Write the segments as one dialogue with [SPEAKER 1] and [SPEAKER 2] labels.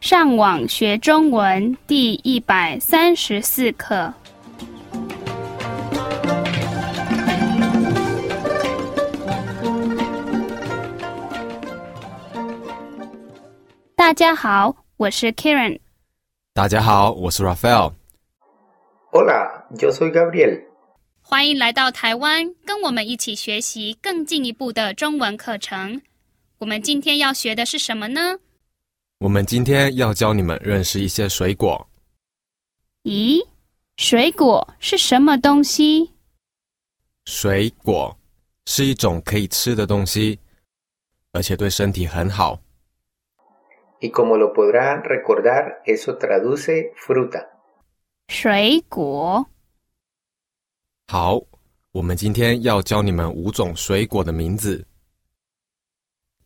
[SPEAKER 1] 上网学中文第一百三十四课。大家好，我是 Karen。
[SPEAKER 2] 大家好，我是 Raphael。
[SPEAKER 3] Hola, yo soy Gabriel.
[SPEAKER 1] 欢迎来到台湾，跟我们一起学习更进一步的中文课程。我们今天要学的是什么呢？
[SPEAKER 2] 我们今天要教你们认识一些水果。
[SPEAKER 1] 咦，水果是什么东西？
[SPEAKER 2] 水果是一种可以吃的东西，而且对身体很好。
[SPEAKER 3] Y como lo podrán recordar, eso traduce fruta.
[SPEAKER 1] 水果。
[SPEAKER 2] 好，我们今天要教你们五种水果的名字。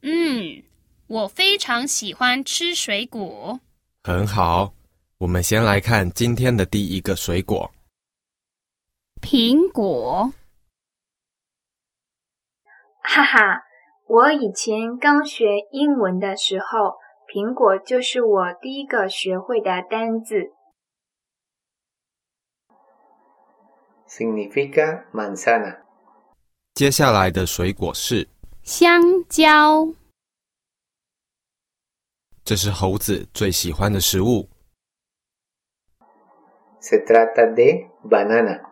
[SPEAKER 1] 嗯，我非常喜欢吃水果。
[SPEAKER 2] 很好，我们先来看今天的第一个水果。
[SPEAKER 1] 苹果、
[SPEAKER 4] 哈哈，我以前刚学英文的时候，苹果就是我第一个学会的单字。
[SPEAKER 3] Significa manzana.
[SPEAKER 2] 接下来的水果是，
[SPEAKER 1] 香蕉、
[SPEAKER 2] 这是猴子最喜欢的食物。
[SPEAKER 3] Se trata de banana.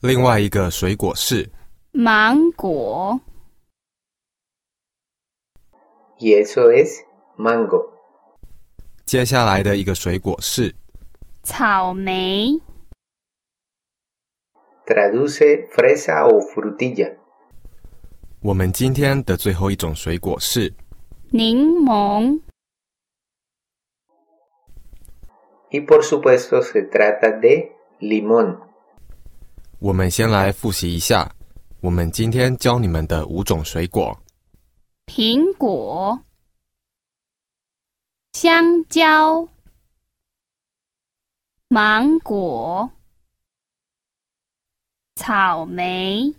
[SPEAKER 2] 另外一个水果是，
[SPEAKER 1] 芒果、
[SPEAKER 3] Y eso es mango.
[SPEAKER 2] 接下来的一个水果是，
[SPEAKER 1] 草莓、
[SPEAKER 3] Traduce fresa o frutilla.
[SPEAKER 2] 我们今天的最后一种水果是。
[SPEAKER 1] 柠檬、
[SPEAKER 3] Y por supuesto se trata de limón.
[SPEAKER 2] 我们先来复习一下我们今天教你们的五种水果：
[SPEAKER 1] 苹果、香蕉、芒果、草莓、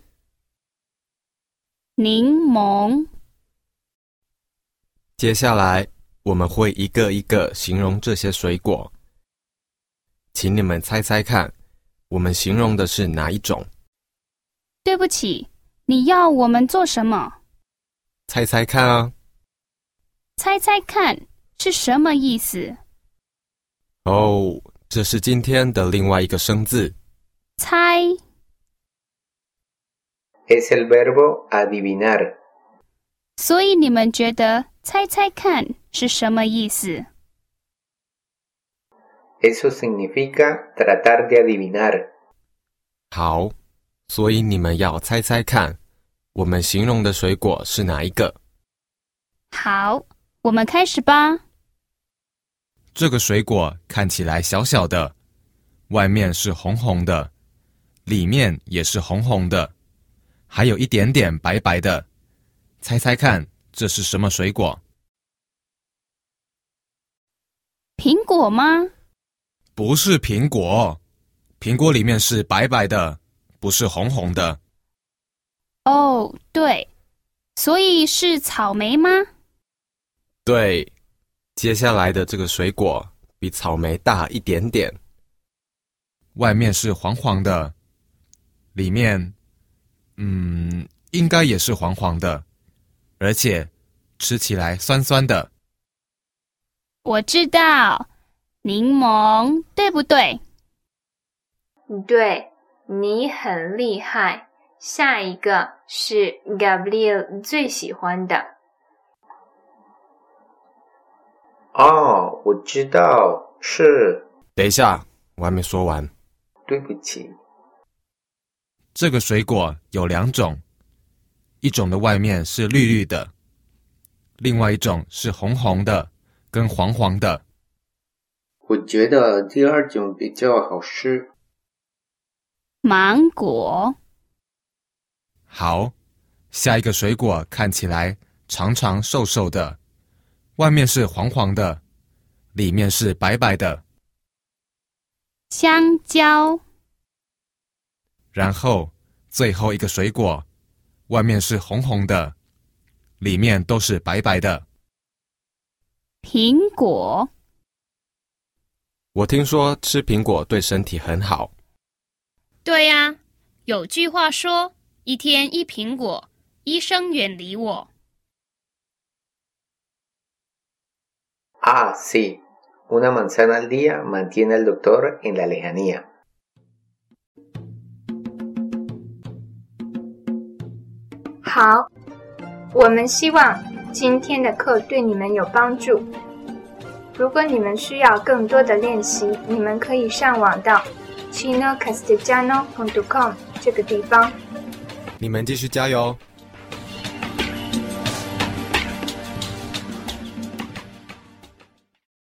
[SPEAKER 1] 柠檬。
[SPEAKER 2] 接下来我们会一个一个形容这些水果，请你们猜猜看，我们形容的是哪一种？
[SPEAKER 1] 对不起，你要我们做什么？
[SPEAKER 2] 猜猜看啊！
[SPEAKER 1] 猜猜看是什么意思？
[SPEAKER 2] 哦，这是今天的另外一个生字，
[SPEAKER 1] 猜
[SPEAKER 3] Es el verbo adivinar.
[SPEAKER 1] 所以你们觉得猜猜看是什么意思？
[SPEAKER 3] Eso significa tratar de adivinar.
[SPEAKER 2] 好，所以你们要猜猜看，我们形容的水果是哪一个？
[SPEAKER 1] 好，我们开始吧。
[SPEAKER 2] 这个水果看起来小小的，外面是红红的，里面也是红红的，还有一点点白白的。猜猜看，这是什么水果？
[SPEAKER 1] 苹果吗？
[SPEAKER 2] 不是苹果，苹果里面是白白的，不是红红的。
[SPEAKER 1] 哦，对，所以是草莓吗？
[SPEAKER 2] 对，接下来的这个水果比草莓大一点点，外面是黄黄的，里面，嗯，应该也是黄黄的，而且吃起来酸酸的。
[SPEAKER 1] 我知道，柠檬，对不对？
[SPEAKER 4] 对，你很厉害。下一个是 Gabriel 最喜欢的。
[SPEAKER 3] 哦，我知道，是
[SPEAKER 2] 等一下，我还没说完。
[SPEAKER 3] 对不起，
[SPEAKER 2] 这个水果有两种，一种的外面是绿绿的，另外一种是红红的跟黄黄的。
[SPEAKER 3] 我觉得第二种比较好吃。
[SPEAKER 1] 芒果、
[SPEAKER 2] 好，下一个水果看起来长长瘦瘦的，外面是黄黄的，里面是白白的，
[SPEAKER 1] 香蕉、
[SPEAKER 2] 然后最后一个水果，外面是红红的，里面都是白白的。
[SPEAKER 1] 苹果、
[SPEAKER 2] 我听说吃苹果对身体很好。
[SPEAKER 1] 对呀、有句话说：“一天一苹果，医生远离我。
[SPEAKER 3] Ah, sí. Una manzana al día mantiene al doctor en la lejanía. ”
[SPEAKER 4] 好，我们希望今天的课对你们有帮助。如果你们需要更多的练习，你们可以上网到 chinocastellano.com 这个地方。
[SPEAKER 2] 你们继续加油，